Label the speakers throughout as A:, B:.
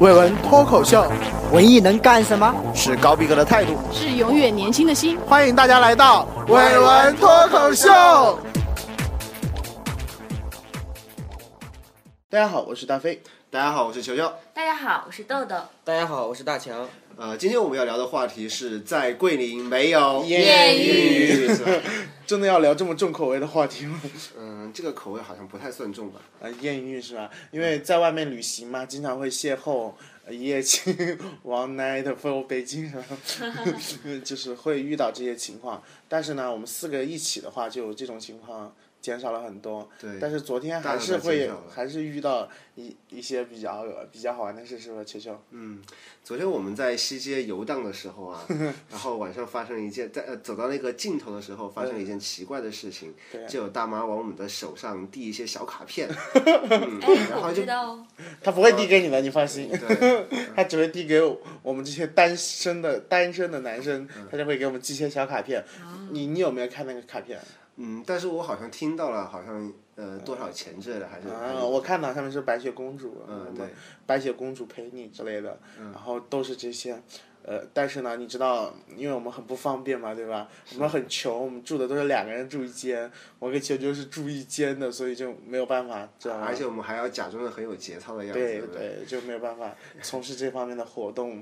A: 伟文脱口秀
B: 文艺能干什么？
A: 是高逼格的态度，
C: 是永远年轻的心。
A: 欢迎大家来到伟文脱口秀。大家好，我是大飞。
D: 大家好，我是球球。
E: 大家好，我是豆豆。
B: 大家好，我是大强。
D: 呃，今天我们要聊的话题是在桂林没有
E: 艳遇
D: 艳是吧
A: 真的要聊这么重口味的话题吗？
D: 嗯，这个口味好像不太算重吧？
A: 啊，艳遇是吧？因为在外面旅行嘛，经常会邂逅呃一夜情、one night for 北京是吧？ 就是会遇到这些情况。但是呢，我们四个一起的话，就这种情况减少了很多。
D: 对
A: 但是昨天
D: 大
A: 还
D: 大
A: 是
D: 减
A: 会
D: 少了，
A: 还是遇到一一些比较比较好玩的事，是吧？球球，
D: 昨天我们在西街游荡的时 候啊，然后晚上发生一件，在、呃、走到那个尽头的时候，发生了一件奇怪的事情，
A: 啊
D: 就有大妈往我们的手上递一些小卡 片，嗯
E: 哎，，
D: 然
E: 我
D: 后
E: 不
D: 就
E: 知道哦。
A: 他不会递给你的，你放心。
D: 对，
A: 他只会递给我们这些单身的单身的男生，
B: 嗯
A: 他就会给我们寄些小卡片。你你有没有看那个卡片？
D: 嗯，但是我好像听到了，好像呃多少钱之类的，还是还
A: 嗯啊，
D: 是
A: 我看到上面是白雪公主，
D: 嗯
A: 什么
D: 对
A: 白雪公主陪你之类的，
B: 嗯
A: 然后都是这些。呃，但是呢，你知道，因为我们很不方便嘛，对吧？我们很穷，我们住的都是两个人住一间，我跟球球是住一间的，所以就没有办法，知道吗
B: 啊
D: 而？且我们还要假装的很有节操的样子，
A: 对
D: 不对？
A: 对，就没有办法从事这方面的活动，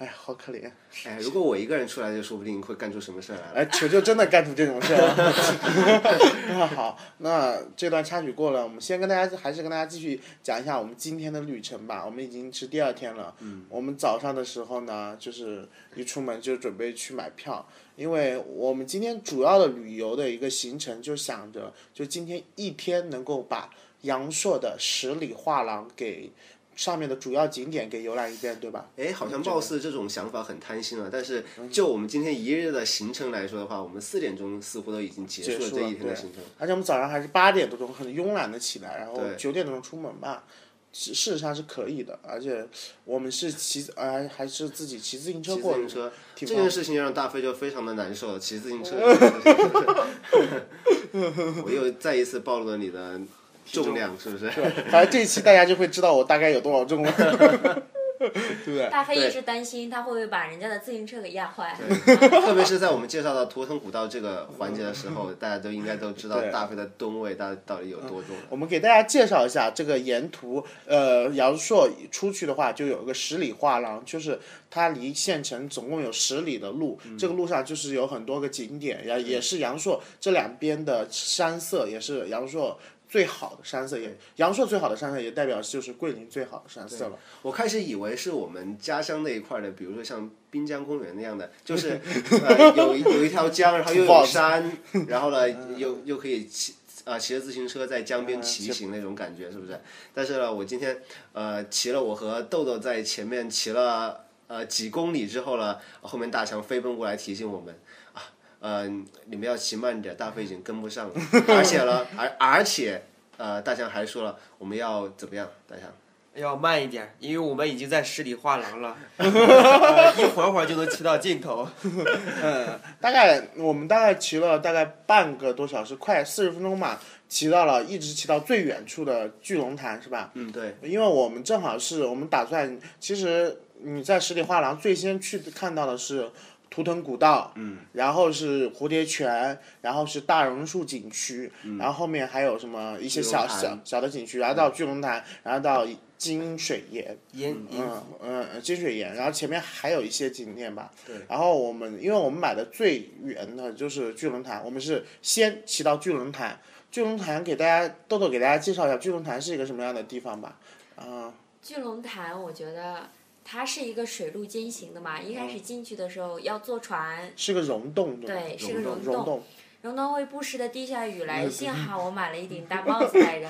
A: 哎，好可怜。
D: 哎，如果我一个人出来，就说不定会干出什么事儿来了。
A: 哎，球球真的干出这种事儿。 那好，那这段插曲过了，我们先跟大家还是跟大家继续讲一下我们今天的旅程吧。我们已经是第二天了。嗯。我们早上的时候呢，就是一出门就准备去买票，因为我们今天主要的旅游的一个行程就想着，就今天一天能够把阳朔的十里画廊给上面的主要景点给游览一遍，对吧？
D: 哎，好像貌似这种想法很贪心啊，但是
A: 嗯
D: 就我们今天一日的行程来说的话，我们四点钟似乎都已经结
A: 结
D: 束了
A: 束
D: 这
A: 了，
D: 一天的
A: 对
D: 行程。，
A: 而且我们早上还是八点多钟很慵懒的起来，然后
D: 对
A: 九点多钟出门吧。事事实上是可以的，而且我们是骑呃还是自己骑自行车
D: 骑自
A: 过
D: 行
A: 的。
D: 车这
A: 挺棒
D: 件事情让大飞就非常的难受了，骑自行 车 这件事情。我又再一次暴露了你的重量，是不是？
A: 反正这一期大家就会知道我大概有多少重了，对不对？
E: 大飞
D: 对
E: 一直担心他会不会把人家的自行车给压 坏。
D: 特别是在我们介绍到图腾古道这个环节的时候，大家都应该都知道
A: 嗯对
D: 大飞的吨位大到底有多重了。
A: 我们给大家介绍一下这个沿途，呃，阳朔出去的话就有一个十里画廊，就是它离县城总共有十里的路，这个路上就是有很多个景点，也也是阳朔这两边的山色，也是阳朔。最好的山色也，阳朔最好的山色也代表就是桂林最好的山色了。
D: 我开始以为是我们家乡那一块的，比如说像滨江公园那样的， 就是、呃、有有一条江，然后又有山，然后呢
A: 嗯
D: 又又可以骑啊、骑着自行车在江边骑行那种感觉，是不是？但是呢，我今天呃骑了我和豆豆在前面骑了呃几公里之后呢，后面大强飞奔过来提醒我们。啊，嗯、你们要骑慢点，大飞已经跟不 上了。而且呢，而而且，呃，大强还说了，我们要怎么样？大强，
F: 要慢一点，因为我们已经在十里画廊 了，呃一会儿会儿就能骑到尽头。
A: 大概我们大概骑了大概半个多小时，快四十分钟吧，骑到了一直骑到最远处的聚龙潭，是吧？
D: 嗯，对。
A: 因为我们正好是我们打算，其实你在十里画廊最先去看到的是图腾古道，嗯，然后是蝴蝶泉，然后是大榕树景区，然后后面还有什么一些
D: 嗯巨龙
A: 小
D: 潭
A: 小小的景区，然后到巨龙潭，然后到金水岩，
F: 盐盐
A: 嗯嗯，金水岩，然后前面还有一些景点吧。对。然后我们，因为我们买的最远的就是巨龙潭，我们是先骑到巨龙潭。巨龙潭给大家豆豆给大家介绍一下，巨龙潭是一个什么样的地方吧？啊、
E: 巨龙潭，我觉得它是一个水陆兼行的嘛。一开始进去的时候要坐船，
A: 是个溶洞，对吧？
E: 对是个
A: 溶
E: 溶
A: 溶
E: 洞
A: 洞。
E: 然后会不时的滴下雨
A: 嗯
E: 来。幸好我买了一顶大帽 子来着，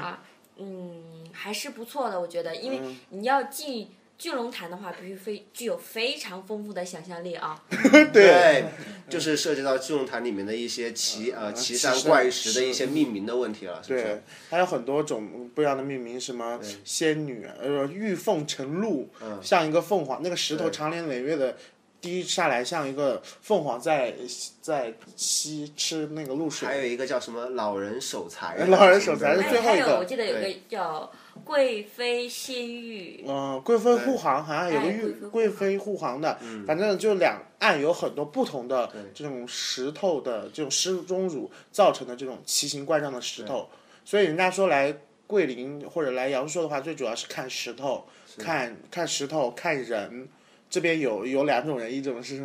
E: 啊，嗯，还是不错的，我觉得，因
A: 嗯
E: 为你要进巨龙潭的话，必须非具有非常丰富的想象力啊。
D: 对，就是涉及到《智龙坛》里面的一些奇呃奇山
A: 奇山
D: 怪石的一些命名的问题了，是不
A: 啊对
D: 是？，
A: 它有很多种不一样的命名，什么仙女，呃，玉凤呈露，像一个凤凰，那个石头长年累月的滴下来，像一个凤凰在在吸吃那个露水。
D: 还有一个叫什么老人守财
A: ，老人守财
D: 什
A: 是
D: 么
A: 最
D: 的
A: 后
E: 还
A: 一个
E: 有，我记得有个叫贵妃新玉，
A: 嗯，贵妃护航好像有个
E: 哎
A: 玉
E: 贵
A: 贵
E: 妃
A: 妃护航嗯的，反正就两岸有很多不同的这种石头的这种石钟乳造成的这种奇形怪状的石头，所以人家说来桂林或者来阳朔的话，最主要是看石头，看看石头，看人。这边有有两种人，一种是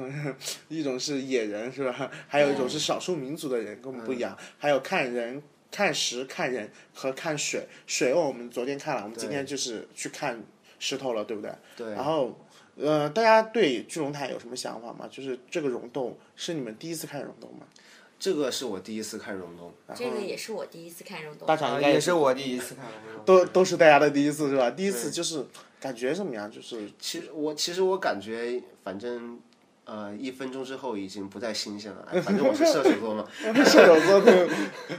A: 一种是野人是吧？还有一种是少数民族的人，跟我们不一样。还有看人、看石、看人和看水。水我们昨天看了，我们今天就是去看石头了，对不对？
D: 对，
A: 然后，呃，大家对聚龙塔有什么想法吗？就是这个溶洞是你们第一次看溶洞吗？
D: 这个是我第一次看溶
A: 嗯
D: 洞，
E: 这个也是我第一次看溶洞。
A: 大厂
F: 啊
A: 应该
F: 也
A: 是
F: 是我第一次看。
A: 都都是大家的第一次是吧？第一次就是感觉怎么样？就是
D: 其实我其实我感觉，反正呃，一分钟之后已经不再新鲜了。哎，反正 我是射手座嘛，
A: 射手座的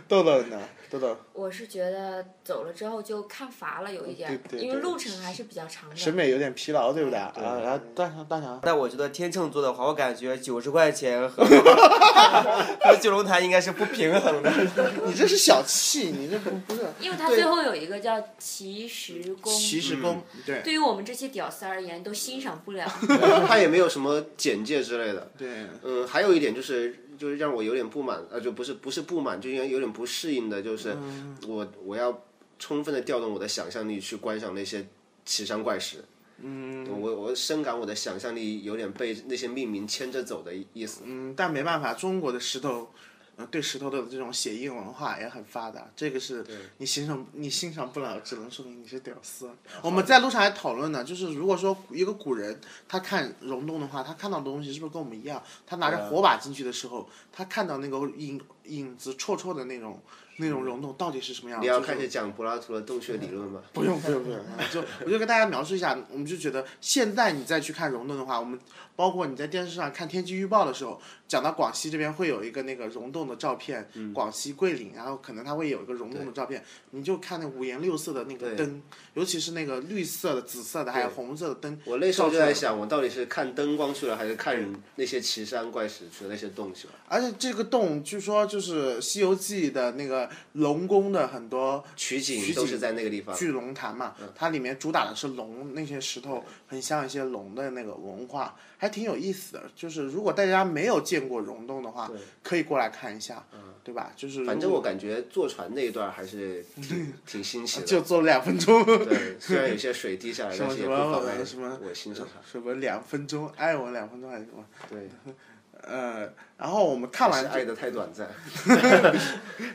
A: 豆豆呢，豆豆
E: 我是觉得走了之后就看乏了，有一点，
A: 对对对
E: 因为路程还是比较长的。
A: 审美有点疲劳，对不对？啊，然后大强大强，
F: 但我觉得天秤座的话，我感觉九十块钱 和和九龙潭应该是不平衡的。
A: 你这是小气，你这不不是。
E: 因为它最后有一个叫奇石宫，
A: 其实
D: 工
A: 工嗯对
E: 对于我们这些屌丝而言都欣赏不了。
D: 它也没有什么简介之类的。
A: 对，
D: 嗯，还有一点就是，就是让我有点不满，呃，就不是不是不满，就有点有点不适应的，就是
A: 嗯
D: 我我要充分的调动我的想象力去观赏那些奇山怪石。嗯，我我深感我的想象力有点被那些命名牵着走的意思。
A: 嗯，但没办法，中国的石头。呃对石头的这种写意文化也很发达，这个是你欣赏你欣赏不了，只能说明你是屌丝。我们在路上还讨论呢，就是如果说一个古人他看溶洞的话，他看到的东西是不是跟我们一样？他拿着火把进去的时候，他看到那个影影子臭臭的那种那种溶洞到底是什么样？
D: 你要
A: 就是
D: 开始讲柏拉图的洞穴理论吗？
A: 不用不用不用，就我就跟大家描述一下，我们就觉得现在你再去看溶洞的话，我们包括你在电视上看天气预报的时候，讲到广西这边会有一个那个溶洞的照片，广西桂林，然后可能它会有一个溶洞的照片，你就看那五颜六色的那个
D: 对
A: 灯，尤其是那个绿色的、紫色的，还有红色的灯，
D: 我那时候就
A: 嗯照出
D: 在
A: 来
D: 想，我到底是看灯光去了，还是看那些奇山怪石去了，那些洞去了？
A: 而且这个洞据说就是《西游记》的那个龙宫的很多
D: 取景
A: 取
D: 都
A: 景
D: 是在那个地方。
A: 巨龙潭嘛，
D: 嗯
A: 它里面主打的是龙，那些石头很像一些龙的那个文化，还挺有意思的。就是如果大家没有见过溶洞的话，可以过来看一下，对吧？就是如
D: 嗯反正
A: 果
D: 我感觉坐船那一段还是
A: 嗯
D: 挺挺新奇的。
A: 就坐了两分钟，
D: 对，虽然有些水滴下来，
A: 什
D: 但
A: 么
D: 是
A: 什
D: 也不妨
A: 么
D: 碍
A: 什么
D: 我欣赏它。
A: 什么两分钟爱我两分钟还是什么？
D: 对，
A: 呃，然后我们看
D: 还
A: 完
D: 是爱的太短暂。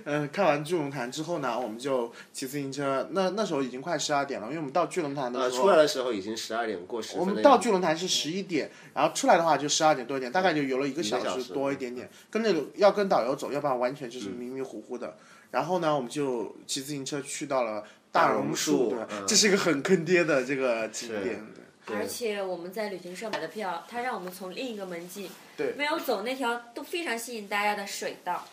A: 嗯，看完巨龙潭之后呢，我们就骑自行车。那那时候已经快十二点了，因为我们到巨龙潭的
D: 呃，
A: 时
D: 出
A: 候，
D: 来的时候已经十二点过十分
A: 我
D: 了。
A: 们到巨龙潭是十一点，然后出来的话就十二点多一点，大概就游了嗯一个小
D: 一个小
A: 时嗯
D: 时
A: 多一点点。跟着要跟导游走，要不然完全就是迷迷糊糊的。然后呢，我们就骑自行车去到了
D: 大
A: 榕
D: 榕树
A: 对吧
D: 嗯
A: 这是一个很坑爹的这个景点。
E: 而且我们在旅行社买的票，它让我们从另一个门进，
A: 对
E: 没有走那条都非常吸引大家的水道。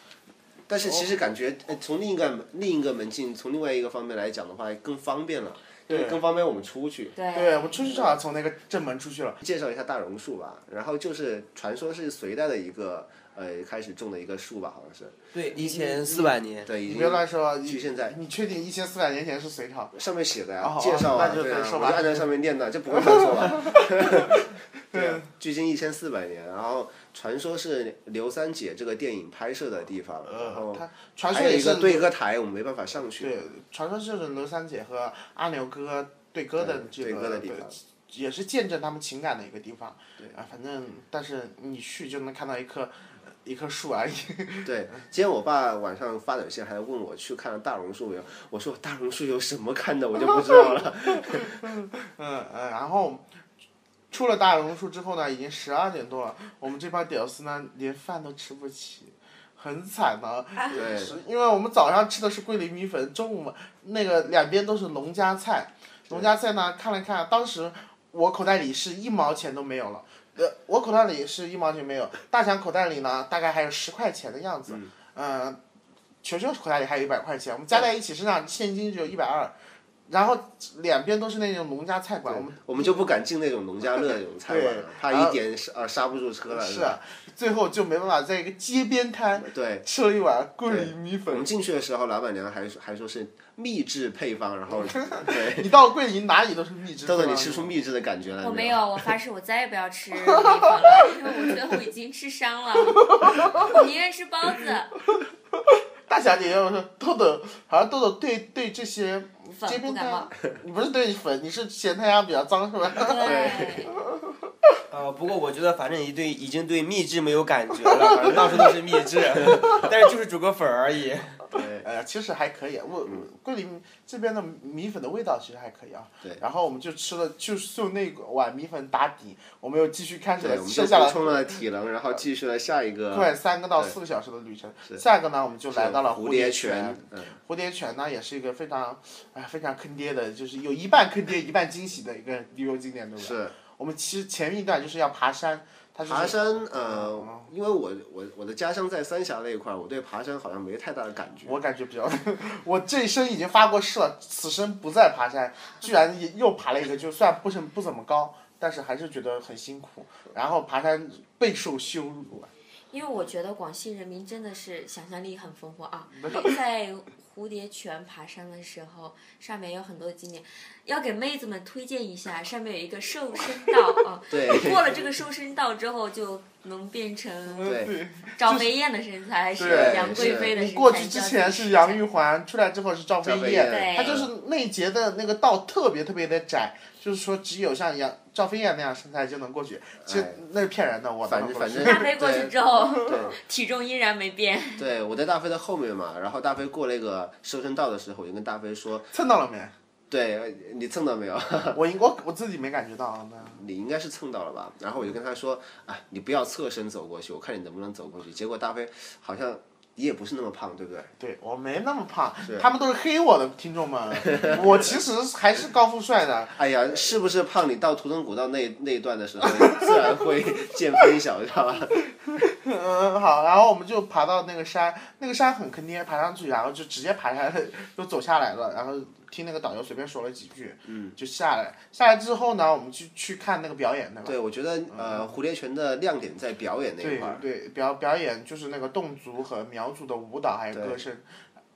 D: 但是
A: 哦
D: 其实感觉，呃从另一个另一个门进，从另外一个方面来讲的话，更方便了，对，更方便我们出去。
E: 对，
A: 对，我出去正好从那个正门出去了。
D: 介绍一下大榕树吧，然后就是传说是隋代的一个呃开始种的一个树吧，好像是。
F: 对，一千四百年。
D: 对，已
A: 你
D: 经
A: 别乱说，
D: 距
A: 你
D: 现在
A: 你确定一千四百年前是隋朝？
D: 上面写的呀、
A: 哦
D: 介绍啊，
A: 那就
D: 对啊，
A: 说
D: 我就
A: 吧
D: 按照上面念的，就不 会犯错 吧？对啊，距今一千四百年，然后传说是《刘三姐》这个电影拍摄的地
A: 呃
D: 方，然后
A: 他嗯传说
D: 还有
A: 也
D: 一
A: 是
D: 个对歌台，我们没办法上去。
A: 对，传说就是刘三姐和阿牛哥对歌的这
D: 对
A: 个
D: 歌的地方，
A: 也是见证他们情感的一个地方。对啊，反正但是你去就能看到一棵一棵树啊而已。
D: 对，今天我爸晚上发短信还问我去看大榕树没有，我说大榕树有什么看的，我就不知 道了。
A: 嗯嗯，然后出了大榕树之后呢，已经十二点多了，我们这帮屌丝呢连饭都吃不起。很惨的、
D: 对
A: 是因为我们早上吃的是桂林米粉，中午那个两边都是农家菜，农家菜呢看了看，当时我口袋里是一毛钱都没有了，呃，我口袋里是一毛钱没有，大强口袋里呢大概还有呃十块钱的样子，嗯、球球口袋里还有一百块钱，我们加在一起身上现金只有一百二，然后两边都是那种农家菜馆，我们
D: 我们就不敢进那种农家乐那种菜馆了，怕一点啊刹不住车了。
A: 是
D: 吧
A: 啊最后就没办法在一个街边摊
D: 对，
A: 吃了一碗桂林米
D: 我
A: 粉
D: 们。进去的时候，老板娘还说还说是秘制配方，然 后对，
A: 你到桂林哪里都是蜜汁。
D: 豆豆你吃出秘制的感觉来
E: 我哦没
D: 没
E: 有，？我发誓我再也不 要吃米粉了，因为我觉得我已经吃伤了。 我宁愿吃包子，
A: 大小姐要说豆豆，好像豆豆对对 这些街
E: 粉不
A: 边
E: 感
A: 摊
E: 冒，。
A: 你不是对粉，你是嫌他家比较脏是吧？
E: 对，
F: 呃，不过我觉得反正已对已经对秘制没有感觉了，反正到处都是秘 制，但是就是煮个粉儿而已。
D: 对，
A: 呃，其实还可以，我
D: 嗯
A: 桂林这边的米粉的味道其实还可以啊。
D: 对
A: 然后我们就吃了，就是用那碗米粉打底，我们又继续开始
D: 对，
A: 了
D: 我们就
A: 剩下
D: 补
A: 了
D: 充了体能，然后继续了下一
A: 快
D: 个
A: 三个到
D: 对
A: 四个小时的旅程。下一个呢，我们就来到了
D: 蝴
A: 蝶
D: 蝶
A: 泉
D: 泉。。嗯，
A: 蝴蝶泉呢，也是一个非常，哎，非常坑爹的，就是有一半坑爹一半惊喜的一个旅游景点，对不对？
D: 是
A: 我们其实前面一段就是要爬山，它就是嗯
D: 爬山，
A: 哦
D: 呃，因为我我我的家乡在三峡那一块儿，我对爬山好像没太大的感觉。
A: 我感觉比较， 我这一生已经发过誓了，此生不再爬山，居然也又爬了一个，就算不是不怎么高，但是还是觉得很辛苦。然后爬山备受羞辱，啊
E: 因为我觉得广西人民真的是想象力很丰 富啊，在蝴蝶泉爬山的时候，上面有很多景点，要给妹子们推荐一下，上面有一个瘦身道啊，
D: 对
E: 过了这个瘦身道之后就能变成
D: 对，
E: 赵飞燕的身材，还是
A: 对
E: 杨贵妃的身材。
A: 你过去之前是杨玉环，出来之后是赵
D: 赵
A: 飞
D: 飞
A: 燕，
D: 燕
A: 她就是那一节的那个道特别特别的窄，就是说只有像杨赵飞燕那样身材就能过去，其实
D: 哎
A: 那是骗人的，我
D: 反正
A: 当
D: 反
A: 时
D: 正
E: 大飞过去之后，
D: 对
E: 体重依然没变。
D: 对，我在大飞的后面嘛，然后大飞过那个瘦身道的时候，我就跟大飞说
A: 蹭到了没？：“
D: 对呃你蹭到没有？
A: 我应我我自己没感觉到啊，那
D: 你应该是蹭到了吧？”然后我就跟他说：“啊，你不要侧身走过去，我看你能不能走过去。”结果大飞好像你也不是那么胖，对不对？
A: 对我没那么胖，他们都是黑我的听众们， 我其实还是高富帅的。
D: 哎呀，是不是胖？你到图腾古道那那一段的时候，你自然会见分晓，知道吧？
A: 嗯，好，然后我们就爬到那个山，那个山很坑爹，爬上去，然后就直接爬下来，就走下来了，然后听那个导游随便说了几句，嗯，就下来。下来之后呢，我们去去看那个表演，对吧？
D: 对，我觉得
A: 嗯
D: 呃，蝴蝶泉的亮点在表演那一块儿。
A: 对对，表表演就是那个侗族和苗族的舞蹈，还有歌声，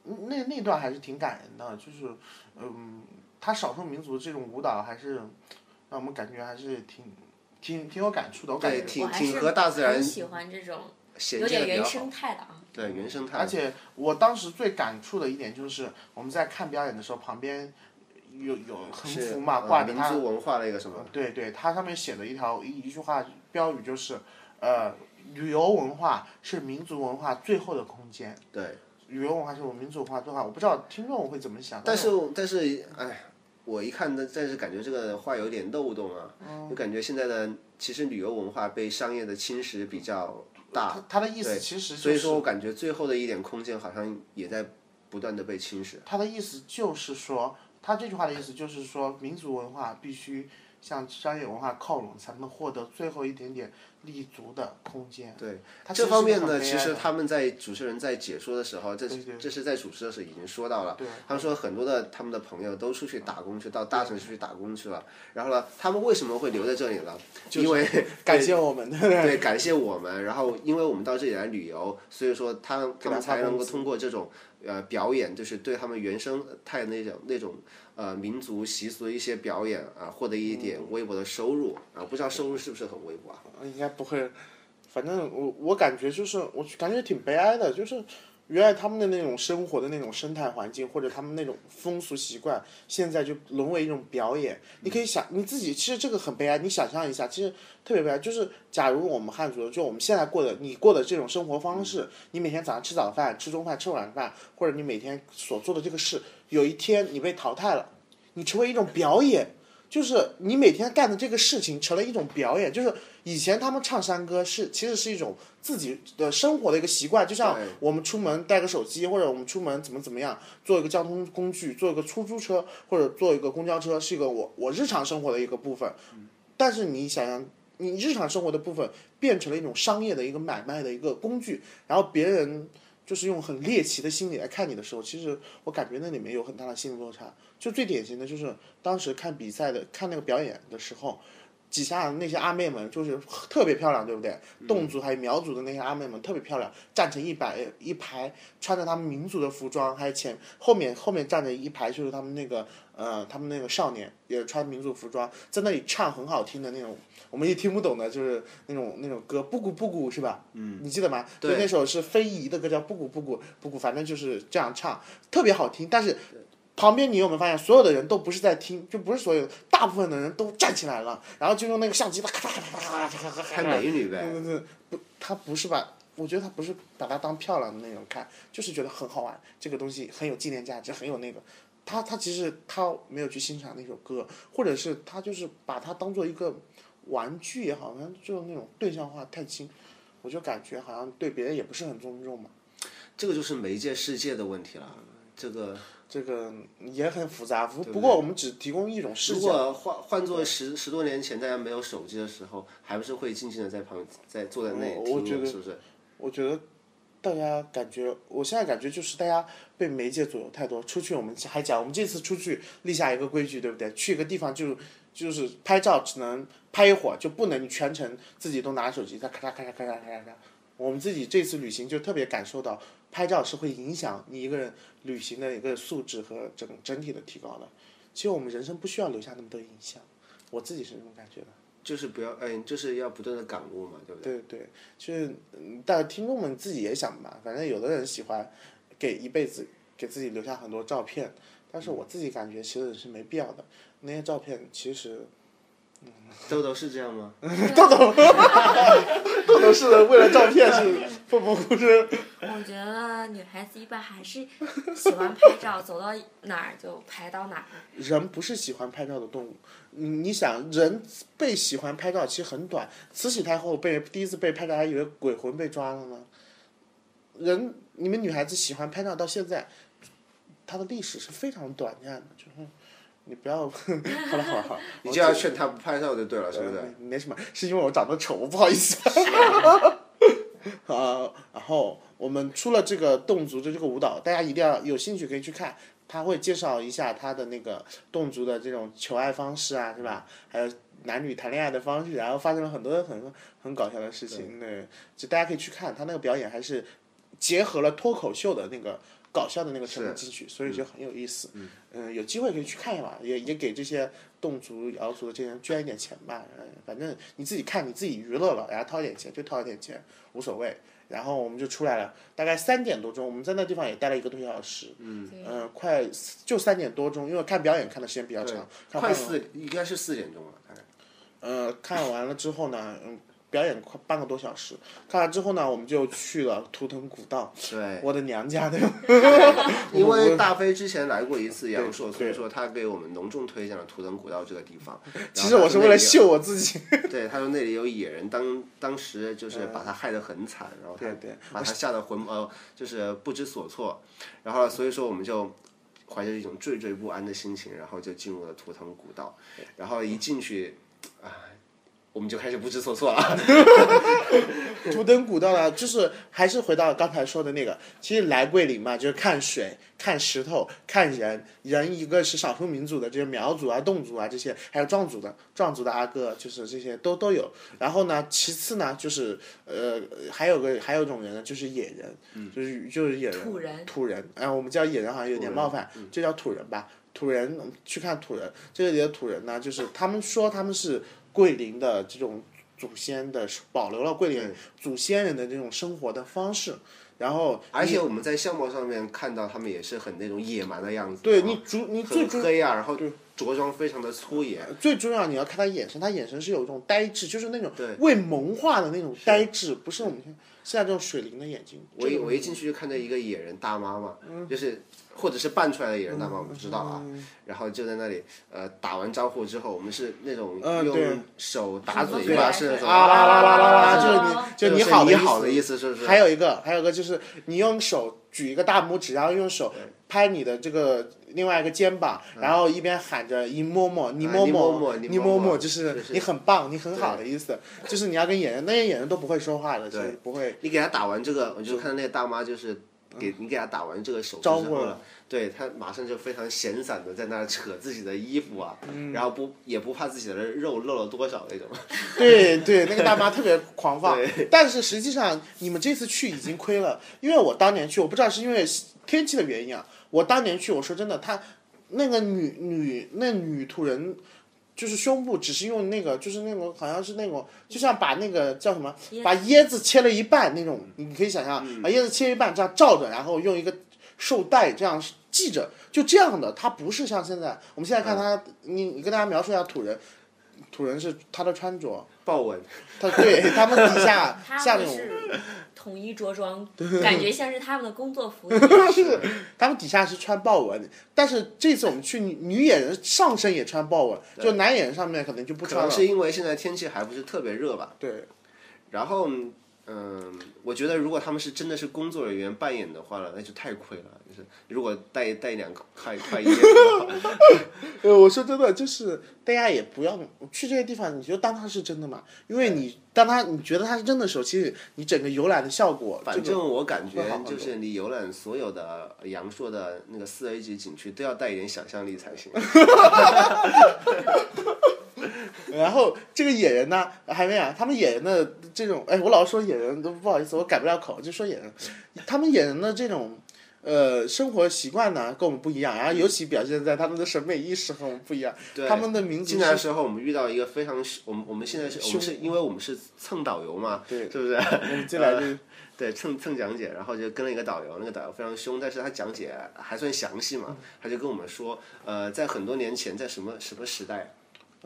A: 嗯那那段还是挺感人的。就是，嗯，他少数民族这种舞蹈还是让我们感觉还是挺挺挺有感触的。我感
D: 对，
A: 觉，
D: 挺
E: 我还
D: 挺
E: 是
D: 和大自然
E: 很喜欢这种
D: 衔
E: 有
D: 接
E: 点
D: 的比
E: 原
D: 较
E: 生
D: 好。
E: 态的啊。
D: 对，原生态。
A: 而且我当时最感触的一点就是，我们在看表演的时候，旁边有有横
D: 是
A: 幅嘛，
D: 呃
A: 挂着
D: 民
A: 他
D: 族文化那个什么，
A: 对对，它上面写的一条一一句话标语就是，呃，旅游文化是民族文化最后的空间。
D: 对。
A: 旅游文化是我们民族文化对话，我不知道听众会怎么想。
D: 但是但是哎，我一看呢，但是感觉这个话有点漏洞啊，
A: 哦
D: 就感觉现在的其实旅游文化被商业的侵蚀比较大，
A: 他他的意思
D: 对
A: 其实
D: 所
A: 就
D: 以
A: 是，
D: 说我感觉最后的一点空间好像也在不断的被侵蚀。
A: 他的意思就是说，他这句话的意思就是说，民族文化必须向商业文化靠拢，才能获得最后一点点立足的空间。
D: 对
A: 它其
D: 这
A: 实
D: 方
A: 是个
D: 面呢，
A: 很悲
D: 其
A: 哀
D: 实
A: 的
D: 他们在主持人在解说的时候，这
A: 对对
D: 这是在主持的时候已经说到了
A: 对。
D: 他们说很多的他们的朋友都出去打工去，到大城市去打工去了。然后呢，他们为什么会留在这里呢？因为
A: 感谢我们的
D: 对，感谢我们。然后，因为我们到这里来旅游，所以说他们他们才能够通过这种呃表演，就是对他们原生态那种那种呃民族习俗的一些表演啊，获得一
A: 嗯
D: 点微薄的收入啊。不知道收入是不是很微薄啊？
A: 应该不会。反正我我感觉就是，我感觉挺悲哀的，就是原来他们的那种生活的那种生态环境，或者他们那种风俗习惯，现在就沦为一种表演。你可以想你自己，其实这个很悲哀。你想象一下，其实特别悲哀。就是假如我们汉族，就我们现在过的你过的这种生活方式，你每天早上吃早饭、吃中饭、吃晚饭，或者你每天所做的这个事，有一天你被淘汰了，你成为一种表演。就是你每天干的这个事情成了一种表演，就是以前他们唱山歌是其实是一种自己的生活的一个习惯，就像
D: 对
A: 我们出门带个手机，或者我们出门怎么怎么样，坐一个交通工具，坐一个出租车或者坐一个公交车，是一个我我日常生活的一个部分。但是你想想，你日常生活的部分变成了一种商业的一个买卖的一个工具，然后别人就是用很猎奇的心理来看你的时候，其实我感觉那里面有很大的心理落差。就最典型的就是当时看比赛的看那个表演的时候，几下那些阿妹们就是特别漂亮，对不对？侗族还有苗族的那些阿妹们特别漂亮，站成一排一排，穿着他们民族的服装，还有前后面后面站着一排就是他们那个呃他们那个少年也穿民族服装，在那里唱很好听的那种。我们也听不懂的，就是那种那种歌，布谷布谷是吧？嗯，你记得吗？对，那首是非遗的歌，叫布谷布谷布谷，反正就是这样唱，特别好听。但是旁边你有没有发现，所有的人都不是在听，就不是所有，大部分的人都站起来了，然后就用那个相机，咔咔咔咔咔咔咔咔，
D: 看美女呗。
A: 对对，不，他不是把，我觉得他不是把它当漂亮的那种看，就是觉得很好玩，这个东西很有纪念价值，很有那个。他他其实他没有去欣赏那首歌，或者是他就是把它当做一个玩具也好，像就是那种对象化太轻，我就感觉好像对别人也不是很尊重嘛。
D: 这个就是媒介世界的问题了。这个
A: 这个也很复杂，不不过我们只提供一种视
D: 如
A: 角。
D: 果换换做十十多年前，大家没有手机的时候，还不是会静静的在旁在坐在那里
A: 我我
D: 听
A: 觉
D: 呢，
A: 得
D: 是不是？
A: 我觉得大家感觉，我现在感觉就是大家被媒介左右太多。出去我们还讲，我们这次出去立下一个规矩，对不对？去一个地方就就是拍照只能拍一会儿，就不能你全程自己都拿手机在咔嚓咔嚓咔嚓咔嚓咔嚓。我们自己这次旅行就特别感受到，拍照是会影响你一个人旅行的一个素质和整整体的提高的。其实我们人生不需要留下那么多影像，我自己是这种感觉的。
D: 就是不要，哎，就是要不断的感悟嘛，对不对？
A: 对对，就是嗯但听众们自己也想吧，反正有的人喜欢给一辈子给自己留下很多照片，但是我自己感觉其实是没必要的。那些照片其实
D: 豆豆是这样吗？
A: 豆豆是为了照片是奋不 顾身，
E: 我觉得女孩子一般还是喜欢拍照，走到哪儿就拍到哪儿。
A: 人不是喜欢拍照的动物。你你想，人被喜欢拍照其实很短，慈禧太后被第一次被拍照，还以为鬼魂被抓了呢。人，你们女孩子喜欢拍照到现在，它的历史是非常短暂的，就是你不要， 好了好了好了，
D: 你就要劝他不拍照就对了，是不是？
A: 呃没没什么，是因为我长得丑，我不好意思。 啊，然后我们出了这个侗族的这个舞蹈，大家一定要有兴趣可以去看，他会介绍一下他的那个侗族的这种求爱方式啊，是吧？
D: 嗯
A: 还有男女谈恋爱的方式，然后发生了很多很很搞笑的事情。对，就大家可以去看他那个表演，还是结合了脱口秀的那个搞笑的那个成分进去，所以就很有意思。嗯、有机会可以去看一把，也也给这些侗族、瑶族的这些人捐一点钱吧。嗯，反正你自己看，你自己娱乐了，然后掏一点钱就掏一点钱，无所谓。然后我们就出来了，大概三点多钟，我们在那地方也待了一个多小时，嗯，呃，快就三点多钟，因为看表演看的时间比较长，看
D: 快
A: 完
D: 四，应该是四点钟了，大概。
A: 呃，看完了之后呢，嗯，表演快半个多小时，看完之后呢，我们就去了图腾古道，
D: 对，
A: 我的娘家哦对吧？
D: 因为大飞之前来过一次阳朔，
A: 对
D: 所以说他给我们隆重推荐了图腾古道这个地 方。
A: 其实我是为了
D: 秀。
A: 秀我自己，
D: 对，他说那里有野人，当当时就是把他害得很惨，然后他
A: 嗯对对
D: 把他吓得魂呃就是不知所措，然后所以说我们就怀着一种惴惴不安的心情，然后就进入了图腾古道，然后一进去啊。我们就开始不知所措了，
A: 图腾古道呢，就是还是回到刚才说的那个，其实来桂林嘛，就是看水、看石头、看人。人一个是少数民族的，这些苗族啊、侗族啊这些，还有壮族的，壮族的阿哥，就是这些都都有。然后呢，其次呢，就是呃，还有个还有一种人呢，就是野人，就是就是野人，
E: 土人
A: 土人。哎、我们叫野人好像有点冒犯，
D: 嗯
A: 就叫土人吧。土人去看土人，这里的土人呢，就是他们说他们是桂林的这种祖先的保留了桂林祖先人的这种生活的方式，然后
D: 而且我们在相貌上面看到他们也是很那种野蛮的样子，
A: 对
D: 然后
A: 你主你最
D: 很
A: 主
D: 黑啊，然后着装非常的粗野，
A: 最重要你要看他眼神，他眼神是有一种呆滞，就是那种
D: 对
A: 未萌化的那种呆滞，不是我们现现在这种水灵的眼睛。
D: 我一
A: 这种
D: 我一进去就看到一个野人大妈嘛，就是或者是扮出来的野人大妈，我不知道啊。然后就在那里呃打完招呼之后，我们是那种
A: 嗯对
D: 用手打嘴
E: 对
D: 巴是那种
A: 啊啦啦啦啦啦，
E: 啊
A: 就是
D: 就
A: 你就是你好
D: 你
A: 的
D: 好的
A: 意
D: 意
A: 思。
D: 思是不是？
A: 还有一个，还有一个就是你用手举一个大拇指，然后用手拍你的这个另外一个肩膀，然后一边喊着“一摸摸，你
D: 嗯
A: 摸
D: 啊你摸摸
A: 你
D: 你
A: 摸
D: 摸摸
A: 就是
D: 就是
A: 你很棒，你很好的意思。就是你要跟演员，那些演员都不会说话的，所以不会。
D: 你给他打完这个，我就看到那个大妈就是给你给他打完这个手势之
A: 招呼
D: 后
A: 了
D: 呢，对他马上就非常闲散的在那儿扯自己的衣服啊，
A: 嗯
D: 然后不也不怕自己的肉露了多少那种。
A: 对对，那个大妈特别狂放，但是实际上你们这次去已经亏了，因为我当年去，我不知道是因为天气的原因啊，我当年去，我说真的，她那个女女那女土人。就是胸部只是用那个，就是那种好像是那种，就像把那个叫什么，把椰子切了一半那种，你可以想象，啊把椰子切一半这样罩着，然后用一个绶带这样系着，就这样的，它不是像现在，我们现在看它，你你跟大家描述一下土人，土人是他的穿着，
D: 豹纹，
A: 他对 他们底下
E: 他
A: 下那
E: 们
A: 种，
E: 是统一着装，感觉像是他们的工作 服。
A: 他们底下是穿豹纹，但是这次我们去女女演员上身也穿豹纹，就男演员上面可能就不
D: 可
A: 穿
D: 能
A: 了。
D: 是因为现在天气还不是特别热吧。
A: 对，
D: 然后，嗯，我觉得如果他们是真的是工作人员扮演的话呢，那就太亏了。就是如果带带两块块衣服的话，
A: 呃，我说真的，就是大家也不要去这些地方，你就当它是真的嘛，因为你当它你觉得它是真的时候，其实你整个游览的效果，
D: 反正我感
A: 会好
D: 觉
A: 很多
D: 就是你游览所有的阳朔的那个四 A 级景区，都要带一点想象力才行。
A: 然后这个野人呢，还没啊，他们野人的这种，哎，我老是说野人，都不好意思，我改不了口，就说野人，他们野人的这种。呃，生活习惯呢跟我们不一样，然后尤其表现在他们的审美意识和我们不一样。
D: 对
A: 他们的民族
D: 进来的
A: 是
D: 时候，我们遇到一个非常，我们我们现在是我们是因为我们是蹭导游嘛，
A: 对
D: 是不是？
A: 我们进来就
D: 对，蹭蹭讲解，然后就跟了一个导游，那个导游非常凶，但是他讲解还算详细
A: 嗯
D: 嘛，他就跟我们说，呃，在很多年前，在什么什么时代，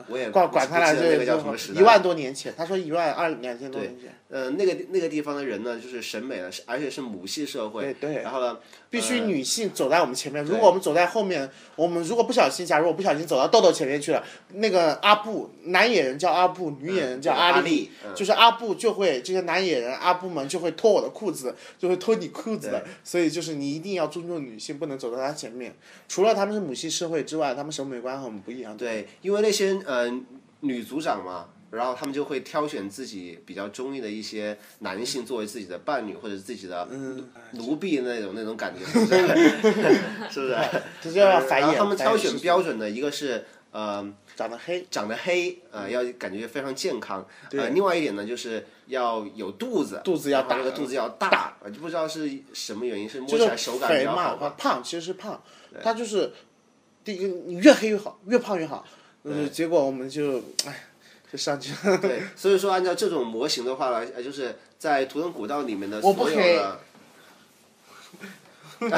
D: 我也
A: 管
D: 不
A: 管
D: 记
A: 他
D: 呃不记得
A: 俩这
D: 那个叫什么时代，
A: 一万，多年前，他说一万二两千多年前，
D: 呃，那个那个地方的人呢，就是审美呢，是而且是母系社会，
A: 对对
D: 然后呢，
A: 必须女性走在我们前面。如果我们走在后面，我们如果不小心，假如我不小心走到豆豆前面去了，那个阿布男野人叫阿布，女野人叫
D: 嗯阿
A: 丽
D: 丽，嗯
A: 就是阿布就会这些男野人阿布们就会脱我的裤子，就会脱你裤子的。所以就是你一定要尊重女性，不能走到她前面。除了他们是母系社会之外，他们审美观和我们不一样。
D: 对，哎因为那些呃女组长嘛，然后他们就会挑选自己比较中意的一些男性作为自己的伴侣或者自己的
A: 嗯哎
D: 奴婢那种那种感觉，是不 是？是不是？
A: 这就要
D: 呃
A: 繁
D: 然后
A: 衍。
D: 他们
A: 繁
D: 挑
A: 衍
D: 选
A: 世
D: 标准的一个是呃
A: 俗长得黑，
D: 长得黑，呃要感觉非常健康，呃另外一点呢就是要有肚子，
A: 肚子要
D: 然后
A: 大
D: 那个肚子要大，呃就不知道是什么原因，是摸
A: 就
D: 起来
A: 是
D: 手感比
A: 肥
D: 较
A: 嘛
D: 好，
A: 它
D: 吧？
A: 胖其实是胖，它就是第一个你越黑越好，越胖越好。嗯，结果我们就哎，就上去了。
D: 对，所以说按照这种模型的话呢，呃就是在图腾古道里面的
A: 我不
D: 所有
A: 黑
D: 的。在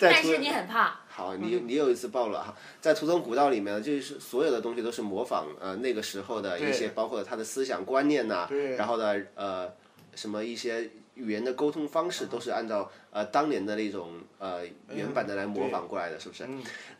E: 但
D: 图
E: 是你 很胖，
D: 好，你
A: 嗯
D: 你有一次爆了哈，在图腾古道里面，就是所有的东西都是模仿呃那个时候的一些，
A: 对
D: 包括他的思想观念呐、
A: 对
D: 然后呢呃什么一些语言的沟通方式都是按照呃当年的那种呃原版的
A: 嗯
D: 来模仿过来的，是不是？